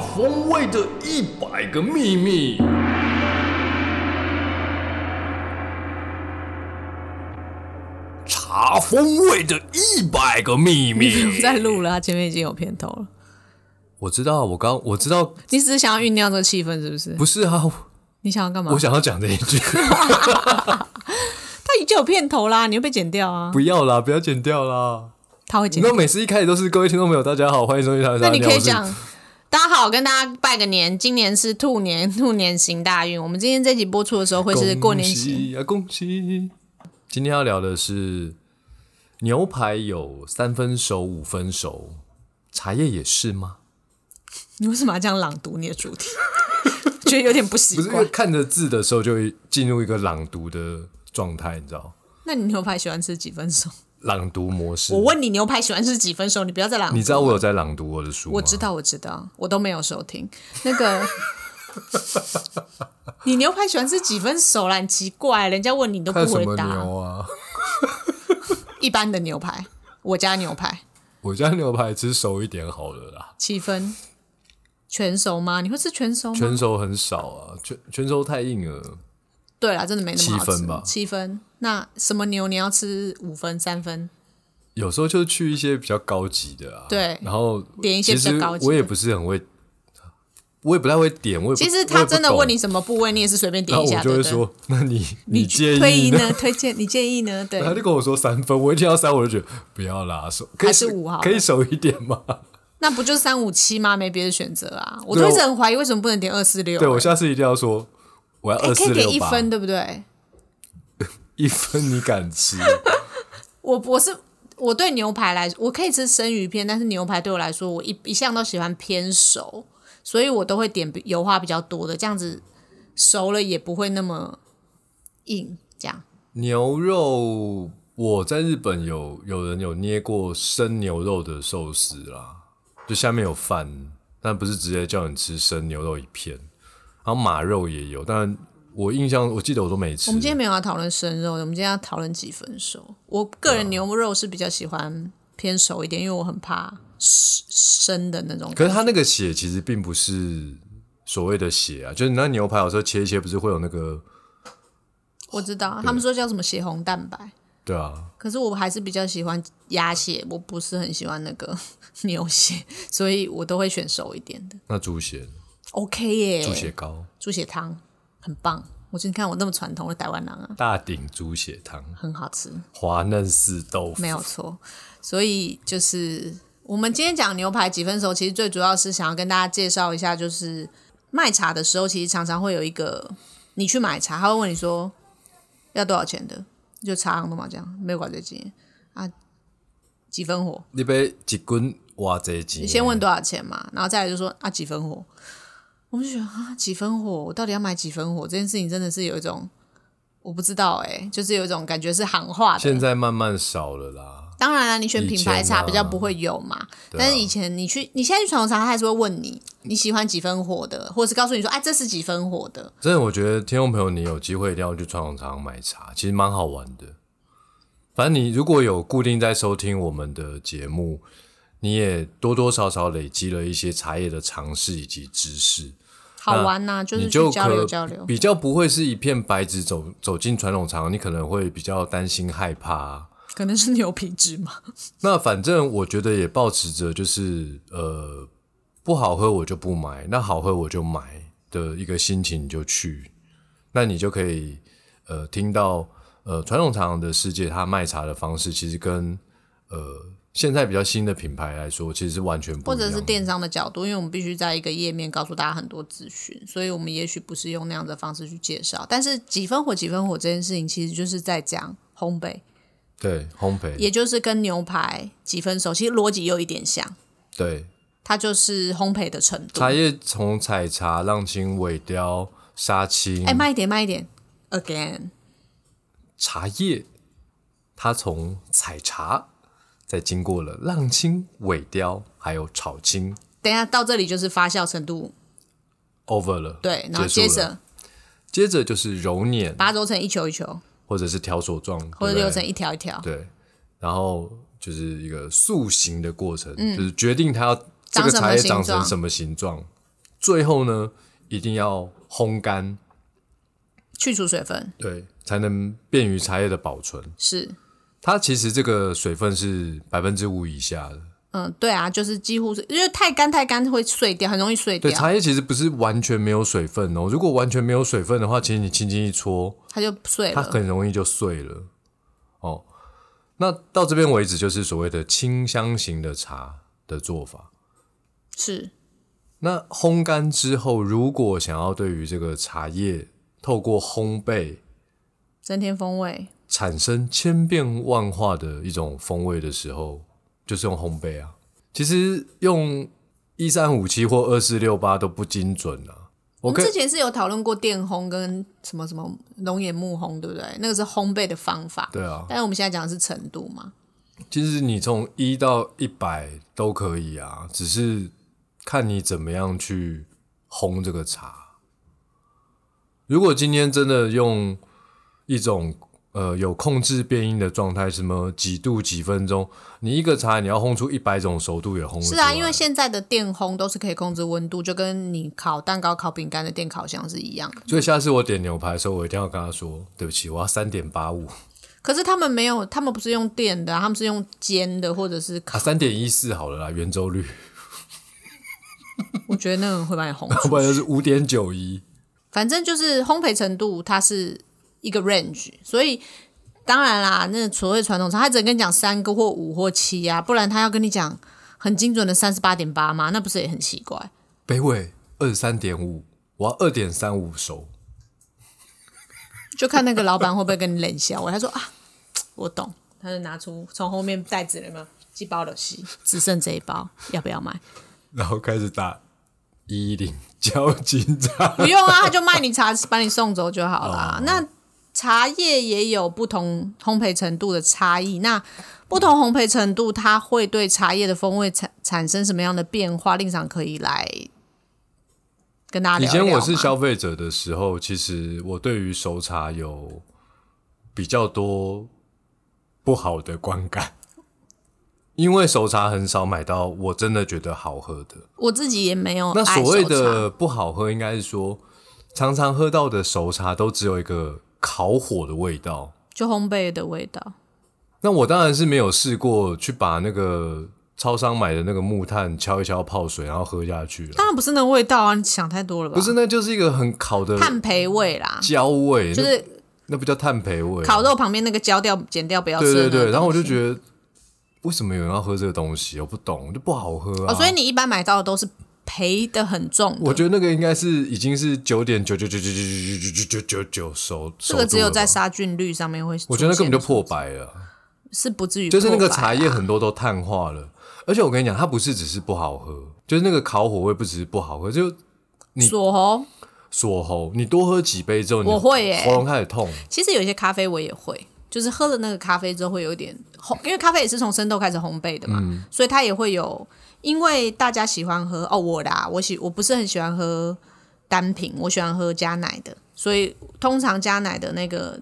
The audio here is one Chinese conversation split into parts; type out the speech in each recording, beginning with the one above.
风味的一百个秘密。茶风味的一百个秘 密不。再录了，他前面已经有片头了。我知道，我刚我知道，你只是想要酝酿这个气氛，是不是？不是啊， 我你想要干嘛我？想要讲这一句， 他已经有片头啦，你会被剪掉啊。不要啦，不要剪掉啦。他会你剪知掉道。每次一开始都是各位听众朋友，大家好，欢迎收听《茶茶那你可以讲讲，大家好，跟大家拜个年，今年是兔年，兔年行大运。我们今天这集播出的时候会是过恭年行，喜啊，恭喜！今天要聊的是牛排有三分熟、五分熟，茶叶也是吗？你为什么要这样朗读你的主题？ 觉得有点不习不是因为惯。看着字的时候就会进入一个朗读的状态，你知道？那你牛排喜欢吃几分熟？朗读模式我。问你，牛排喜欢吃几分熟？你不要再朗读。你知道我有在朗读我的书吗？我知道，我知道，我都没有收听那个。你牛排喜欢吃几分熟啦？很奇怪，人家问你你都不看什回么答。牛啊？一般的牛排，我家牛排 我家牛排吃熟一点好了啦，七分，全熟吗？你会吃全熟吗？全熟很少啊，全全熟太硬了。对啦，真的没那么好吃。七分吧七分那什么牛你要吃五分、三分？有时候就去一些比较高级的啊，对然后点一些其实比较高级的我也不是很会，我也不太会点，我也不其实他真的问，你我什么部位，你也是随便也点不一懂然下，后我就对会不对？说，那你你建推议议？呢？推荐你建议呢？对，他就跟我说三分，我一听到三，我就觉得不要啦，手可以还是手五好了可以手一点吗？那不就是三五七吗？没别的选择啊。我对都一我直很怀疑为什么不能点二四六。对我下次一定要说，我要哎二可四以给六一八，分，对不对？一分你敢吃？我我是我对牛排来，我可以吃生鱼片，但是牛排对我来说，我一一向都喜欢偏熟，所以我都会点比油花比较多的，这样子熟了也不会那么硬。这样牛肉，我在日本有有人有捏过生牛肉的寿司啦，就下面有饭，但不是直接叫你吃生牛肉一片，然后马肉也有，但我印象我记得我都没吃我们。今天没有要讨论生肉的，我们今天要讨论几分熟。我个啊人牛肉是比较喜欢偏熟一点，因为我很怕生生的那种。可是它那个血其实并不是所谓的血啊，就是你那牛排有时候切一切，不是会有那个我知道他们说叫什么血红蛋白，对啊，可是我还是比较喜欢鸭血，我不是很喜欢那个 牛血，所以我都会选熟一点的。那猪血 OK 耶，猪血糕、猪血汤很棒。我今天看我那么传统的台湾人啊，大鼎猪血汤、很好吃，滑嫩四豆腐没，有错。所以就是我们今天讲牛排几分熟，其实最主要是想要跟大家介绍一下，就是卖茶的时候，其实常常会有一个你去买茶，他会问你说要多少钱的，就茶行都嘛这样，没有管这些啊，几分火，你被几根挖这几，你先问多少钱嘛，然后再来就说啊几分火，我们就觉得啊几分火，我到底要买几分火这件事情真的是有一种我不知道哎、就是有一种感觉是行话现的。在慢慢少了啦。当然啦，你选品牌以前茶啊比较不会有嘛，但是以前你去你现在去传统茶，他还是会问你你喜欢几分火的，或者是告诉你说哎、这是几分火的，真的，我觉得听众朋友，你有机会一定要去传统茶行买茶，其实蛮好玩的。反正你如果有固定在收听我们的节目，你也多多少少累积了一些茶叶的常识以及知识，好玩呐、就是你就去可交流交流。比较不会是一片白纸走走进传统茶行，你可能会比较担心害怕啊、可能是牛皮质嘛，那反正我觉得也保持着就是呃，不好喝我就不买，那好喝我就买的一个心情你就去，那你就可以呃听到呃传统茶行的世界，它卖茶的方式其实跟呃现在比较新的品牌来说，其实是完全不或一样者的。是电商的角度，因为我们必须在一个页面告诉大家很多资讯，所以我们也许不是用那样的方式去介绍。但是几分火几分火这件事情，其实就是在讲烘焙，对烘焙，也就是跟牛排几分熟，其实逻辑有一点像，对它就是烘焙的程度。茶叶从采茶、浪青、尾雕、杀青，哎，慢一点，慢一点，again，茶叶，它从采茶，再经过了浪青、尾雕，还有炒青等一下到这里就是发酵程度， ，over 了。对，然后结接束了着接着就是揉捻，把它揉成一球一球，或者是条索状，对不或者对揉成一条一条，对，然后就是一个塑形的过程，就是决定它要这个嗯长什么茶叶形长成状什么形状。最后呢，一定要烘干，去除水分对，才能便于茶叶的保存。是，它其实这个水分是百分之五以下的。嗯，对啊，就是几乎是因为太干太干会碎掉，很容易碎对，掉，茶叶其实不是完全没有水分哦。如果完全没有水分的话，其实你轻轻一搓，它就碎它了。很容易就碎了。哦，那到这边为止就是所谓的清香型的茶的做法。是，那烘干之后，如果想要对于这个茶叶透过烘焙增添风味。产生千变万化的一种风味的时候，就是用烘焙啊。其实用一三五七或二四六八都不精准啊。我我们可以之前是有讨论过电烘跟什么什么龙眼木烘，对不对？那个是烘焙的方法。对啊，但是我们现在讲的是程度嘛，其实你从一到一百都可以啊，只是看你怎么样去烘这个茶。如果今天真的用一种呃有控制变音的状态，什么几度几分钟，你一个茶你要烘出一百种熟度也烘得是出啊，来因为现在的电烘都是可以控制温度，就跟你烤蛋糕、烤饼干的电烤箱是一样的。所以下次我点牛排的时候，我一定要跟他说：“对不起，我要三点八五啊可是他们没有，他们不是用电的啊、他们是用煎的或者是啊，烤。三点一四好了啦，圆周率， 我觉得那个会把你烘要不然就是五点九一。反正就是烘焙程度，它是一个 range，所以当然啦，那所谓传统茶，他只能跟你讲三个或五或七啊，不然他要跟你讲很精准的三十八点八吗？那不是也很奇怪？北纬二三点五，我要二点三五熟。”就看那个老板会不会跟你冷笑我。他说啊，我懂，他就拿出从后面袋子里面几包的西，只剩这一包，要不要买？然后开始打一零交警察。不用啊，他就卖你茶， 把你送走就好哦啦。那茶叶也有不同烘焙程度的差异，那不同烘焙程度，它会对茶叶的风味产产生什么样的变化？令长可以来跟大家以聊一聊前嘛。我是消费者的时候，其实我对于熟茶有比较多不好的观感，因为熟茶很少买到我真的觉得好喝的。我自己也没有那爱所谓熟茶的不好喝，应该是说常常喝到的熟茶都只有一个烤火的味道。就烘焙的味道，那我当然是没有试过去把那个超商买的那个木炭敲一敲泡水，然后喝下去了。当然不是那个味道啊！你想太多了吧？不是，那就是一个很烤的炭焙味啦，焦味，就那是那不叫炭焙味。烤肉旁边那个焦掉、剪掉不要吃对的那对对，个东西。然后我就觉得为什么有人要喝这个东西？我不懂，就不好喝啊。哦，所以你一般买到的都是赔的很重的。我觉得那个应该是已经是九点九九九九九九九九九九熟，这个只有在熟度了吧杀菌率上面会出现，我觉得那根本就破百了，是不至于就破百啊，是那个茶叶很多都碳化了。而且我跟你讲，它不是只是不好喝，就是那个烤火味不只是不好喝，就锁哦喉。锁喉。你多喝几杯之后，你我会耶喉咙开始痛。其实有一些咖啡我也会，就是喝了那个咖啡之后会有一点烘，因为咖啡也是从生豆开始烘焙的嘛，所以它也会有。因为大家喜欢喝哦，我啦，我喜我不是很喜欢喝单品，我喜欢喝加奶的，所以通常加奶的那个。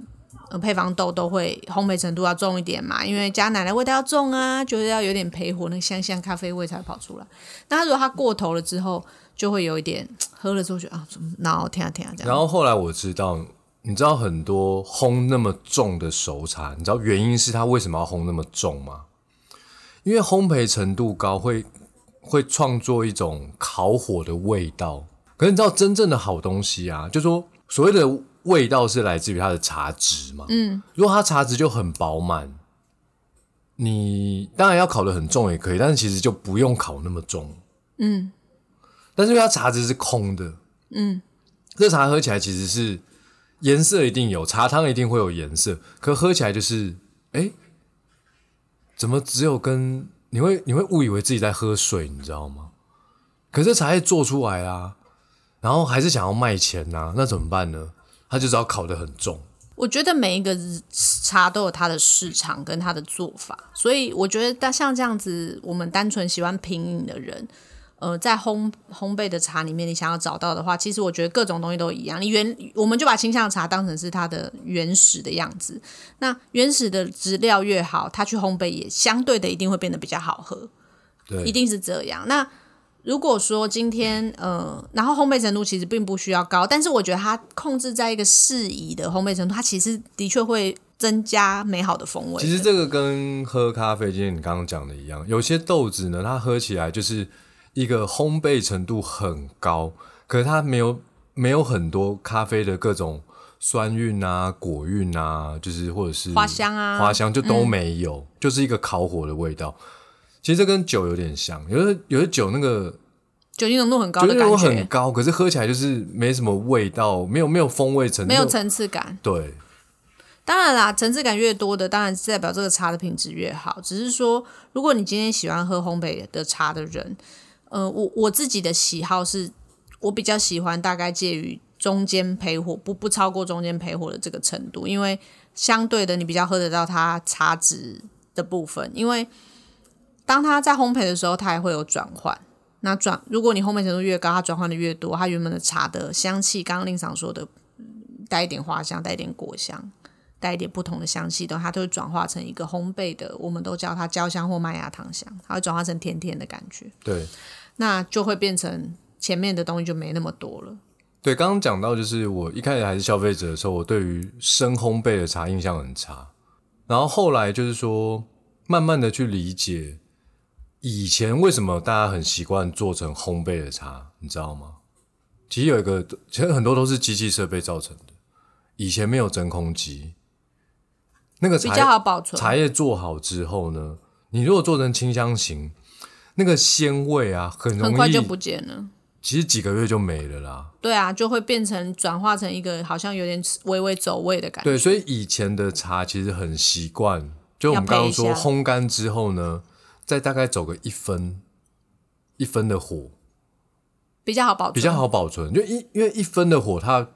呃，配方豆都会烘焙程度要重一点嘛，因为加奶的味道要重啊，就是要有点焙火那个香香咖啡味才会跑出来。那它如果它过头了之后，就会有一点喝了之后觉得啊，怎么闹天啊天啊这样。然后后来我知道，你知道很多烘那么重的熟茶，你知道原因是它为什么要烘那么重吗？因为烘焙程度高会会创作一种烤火的味道。可是你知道真正的好东西啊，就说所谓的味道是来自于它的茶质嘛。嗯，如果它茶质就很饱满，你当然要烤的很重也可以，但是其实就不用烤那么重。嗯，但是因为它茶质是空的，这茶喝起来其实是颜色一定有，茶汤一定会有颜色，可喝起来就是，哎，怎么只有跟你会你会误以为自己在喝水，你知道吗？可是茶叶做出来啊，然后还是想要卖钱呐、那怎么办呢？他就是要烤得很重，我觉得每一个茶都有它的市场跟它的做法，所以我觉得，但像这样子，我们单纯喜欢品饮的人，呃，在烘烘焙的茶里面，你想要找到的话，其实我觉得各种东西都一样。你原我们就把清香茶当成是它的原始的样子，那原始的质料越好，它去烘焙也相对的一定会变得比较好喝。对一定是这样。那如果说今天呃，然后烘焙程度其实并不需要高，但是我觉得它控制在一个适宜的烘焙程度，它其实的确会增加美好的风味的。其实这个跟喝咖啡，今天你刚刚讲的一样，有些豆子呢，它喝起来就是一个烘焙程度很高，可是它没有没有很多咖啡的各种酸韵啊、果韵啊，就是或者是花香啊花香就都没有，就是一个烤火的味道。其实这跟酒有点像，有的有的酒那个酒精浓度很高酒的精度感很觉，高，可是喝起来就是没什么味道，没有没有风味程度，没有层次感。对，当然啦，层次感越多的，当然是代表这个茶的品质越好。只是说，如果你今天喜欢喝烘焙的茶的人，呃，我我自己的喜好是，我比较喜欢大概介于中间焙火，不不超过中间焙火的这个程度，因为相对的你比较喝得到它茶质的部分，因为当它在烘焙的时候，它也会有转换。那转，如果你烘焙程度越高，它转换的越多，它原本的茶的香气，刚刚令赏说的，嗯带一点花香，带一点果香，带一点不同的香气的话，它都会转化成一个烘焙的，我们都叫它焦香或麦芽糖香，它会转化成甜甜的感觉，对那就会变成前面的东西就没那么多了。对，刚刚讲到就是我一开始还是消费者的时候，我对于深烘焙的茶印象很差，然后后来就是说慢慢的去理解，以前为什么大家很习惯做成烘焙的茶，你知道吗？其实有一个，其实很多都是机器设备造成的，以前没有真空机，那个比茶较好保存，啊茶叶做好之后呢，你如果做成清香型，那个鲜味啊，很容很易，快就不见了。其实几个月就没了啦。对啊，就会变成转化成一个好像有点微微走味的感觉。对，所以以前的茶其实很习惯，就我们要刚焙刚一说下烘干之后呢，再大概走个一分一分的火，比较好保存，比较好保存。就一因为一分的火，它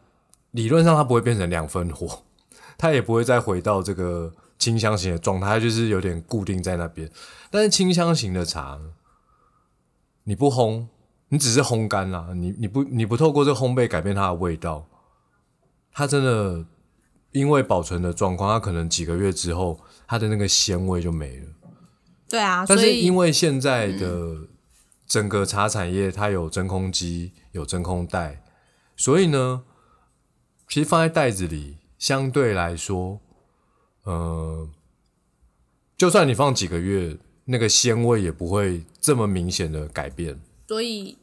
理论上它不会变成两分火， 它也不会再回到这个清香型的状态，它就是有点固定在那边。但是清香型的茶，你不烘，你只是烘干啦，你你不你不透过这个烘焙改变它的味道，它真的因为保存的状况，它可能几个月之后，它的那个鲜味就没了。对啊，所但是以嗯因为现在的整个茶产业，它有真空机、有真空袋，所以呢，其实放在袋子里，相对来说，呃，就算你放几个月，那个鲜味也不会这么明显的改变。所以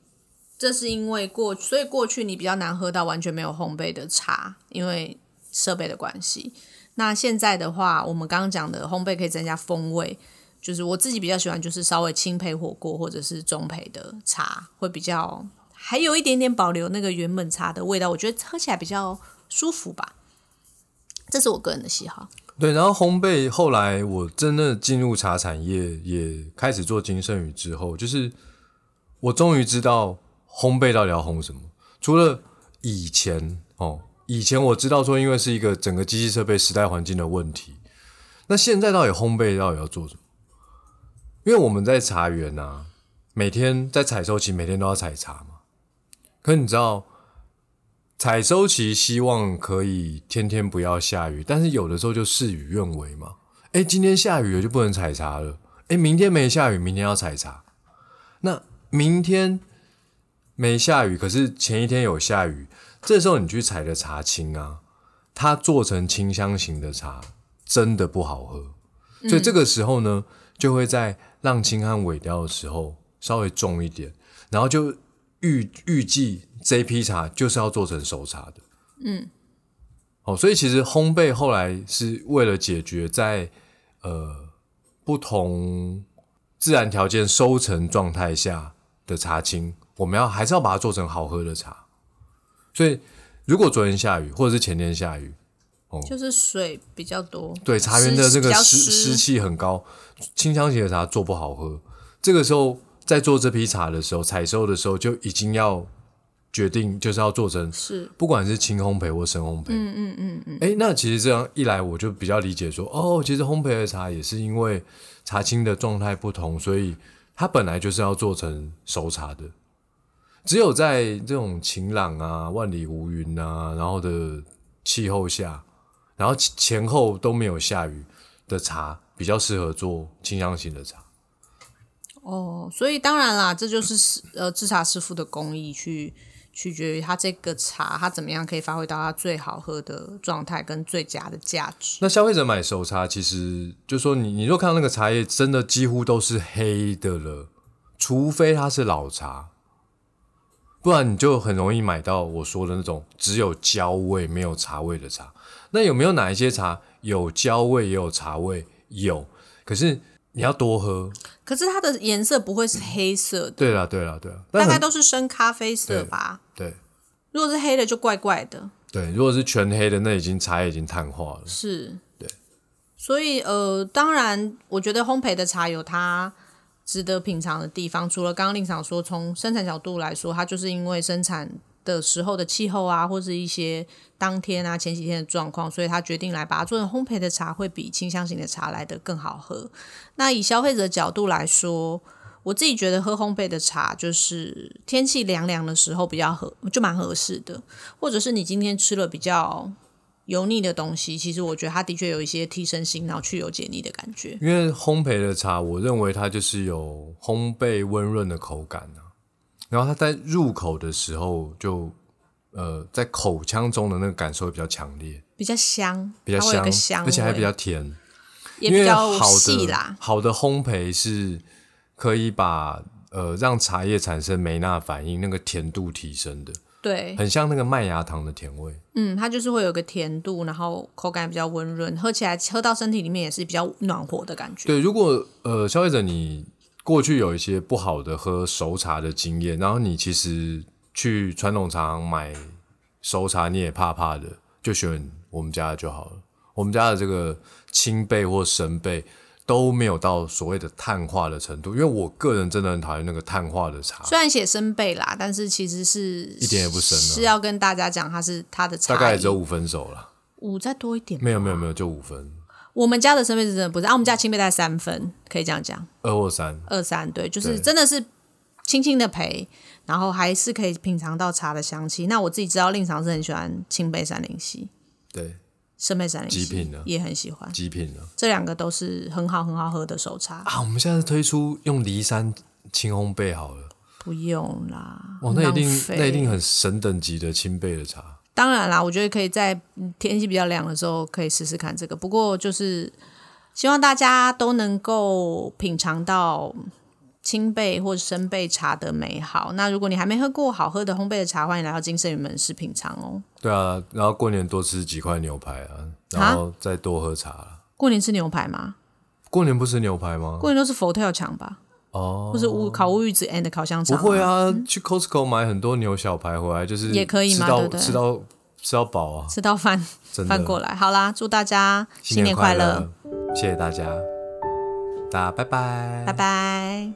这是因为过，所以过去你比较难喝到完全没有烘焙的茶，因为设备的关系。那现在的话，我们刚刚讲的烘焙可以增加风味，就是我自己比较喜欢，就是稍微轻焙火锅或者是中焙的茶，会比较还有一点点保留那个原本茶的味道，我觉得喝起来比较舒服吧。这是我个人的喜好。对，然后烘焙后来我真的进入茶产业，也开始做金圣宇之后，就是我终于知道烘焙到底要烘什么。除了以前哦，以前我知道说，因为是一个整个机器设备时代环境的问题，那现在到底烘焙到底要做什么？因为我们在茶园啊，每天在采收期，每天都要采茶嘛。可是你知道，采收期希望可以天天不要下雨，但是有的时候就事与愿违嘛。哎，今天下雨了就不能采茶了。哎，明天没下雨，明天要采茶。那明天没下雨，可是前一天有下雨，这时候你去采的茶青啊，它做成清香型的茶真的不好喝。所以这个时候呢，就会在浪青和尾雕的时候稍微重一点，然后就预预计这批茶就是要做成熟茶的。嗯，哦，所以其实烘焙后来是为了解决在呃不同自然条件收成状态下的茶青，我们要还是要把它做成好喝的茶。所以如果昨天下雨，或者是前天下雨，就是水比较多，对茶园的湿这个比较湿湿气很高，清香型的茶做不好喝。这个时候在做这批茶的时候，采收的时候就已经要决定，就是要做成是不管是轻烘焙或深烘焙。嗯嗯嗯嗯。哎，那其实这样一来，我就比较理解说，哦，其实烘焙的茶也是因为茶青的状态不同，所以它本来就是要做成熟茶的。只有在这种晴朗啊、万里无云啊，然后的气候下，然后前前后都没有下雨的茶，比较适合做清香型的茶。哦，所以当然啦，这就是师呃制茶师傅的工艺，去取决于他这个茶他怎么样可以发挥到他最好喝的状态跟最佳的价值。那消费者买熟茶，其实就说你，你若看到那个茶叶真的几乎都是黑的了，除非它是老茶，不然你就很容易买到我说的那种只有焦味没有茶味的茶。那有没有哪一些茶有焦味也有茶味？有，可是你要多喝。可是它的颜色不会是黑色的，对啦，对啦，对啦，但大概很都是深咖啡色吧。对如果是黑的就怪怪的，对，如果是全黑的，那已经茶叶已经碳化了。是，对。所以呃，当然，我觉得烘焙的茶有它值得品尝的地方。除了刚刚令赏说，从生产角度来说，它就是因为生产的时候的气候啊，或是一些当天啊、前几天的状况，所以他决定来把它做成烘焙的茶，会比清香型的茶来的更好喝。那以消费者角度来说，我自己觉得喝烘焙的茶，就是天气凉凉的时候比较合，就蛮合适的。或者是你今天吃了比较油腻的东西，其实我觉得它的确有一些提升心脑、去油解腻的感觉。因为烘焙的茶，我认为它就是有烘焙温润的口感啊，然后它在入口的时候就，呃，在口腔中的那个感受会比较强烈，比较香，比较它会有香，个香味，而且还比较甜。也因比为较好细的啦。好的烘焙是可以把呃让茶叶产生梅纳反应，那个甜度提升的，对，很像那个麦芽糖的甜味。嗯，它就是会有个甜度，然后口感比较温润，喝起来喝到身体里面也是比较暖和的感觉。对，如果呃消费者你过去有一些不好的喝熟茶的经验，然后你其实去传统茶行买熟茶你也怕怕的，就选我们家的就好了。我们家的这个青贝或神贝都没有到所谓的碳化的程度，因为我个人真的很讨厌那个碳化的茶，虽然写生贝啦，但是其实是一点也不深啊是要跟大家讲它是它的大差异，概也只有五分熟了。五再多一点。没有没有没有，就五分，我们家的生贝是真的不是啊，我们家青贝大概三分，可以这样讲。二或三。二三，对，就对是真的是轻轻的陪，然后还是可以品尝到茶的香气。那我自己知道令常是很喜欢青贝三零七、对，深贝三零极品七啊，也很喜欢，极品了这两个都是很好很好喝的熟茶。啊！我们现在推出用骊山青烘焙好了。不用啦，哦，那一浪定费那一定很神等级的清焙的茶，当然啦，我觉得可以在嗯天气比较凉的时候可以试试看这个。不过就是希望大家都能够品尝到清焙或生焙茶的美好。那如果你还没喝过好喝的烘焙的茶，欢迎来到金盛宇门市品尝哦。对啊，然后过年多吃几块牛排啊，然后再多喝茶啦。过年吃牛排吗？过年不吃牛排吗？过年都是佛跳墙吧，哦，或是乌烤乌鱼子 and 烤香不肠、会，啊，去 Costco 买很多牛小排回来，就是嗯也可以吃嘛到对不对吃到吃到饱啊，吃到饭真的。饭过来。好啦，祝大家新新年快乐，乐，谢谢大家，大家拜拜，拜拜。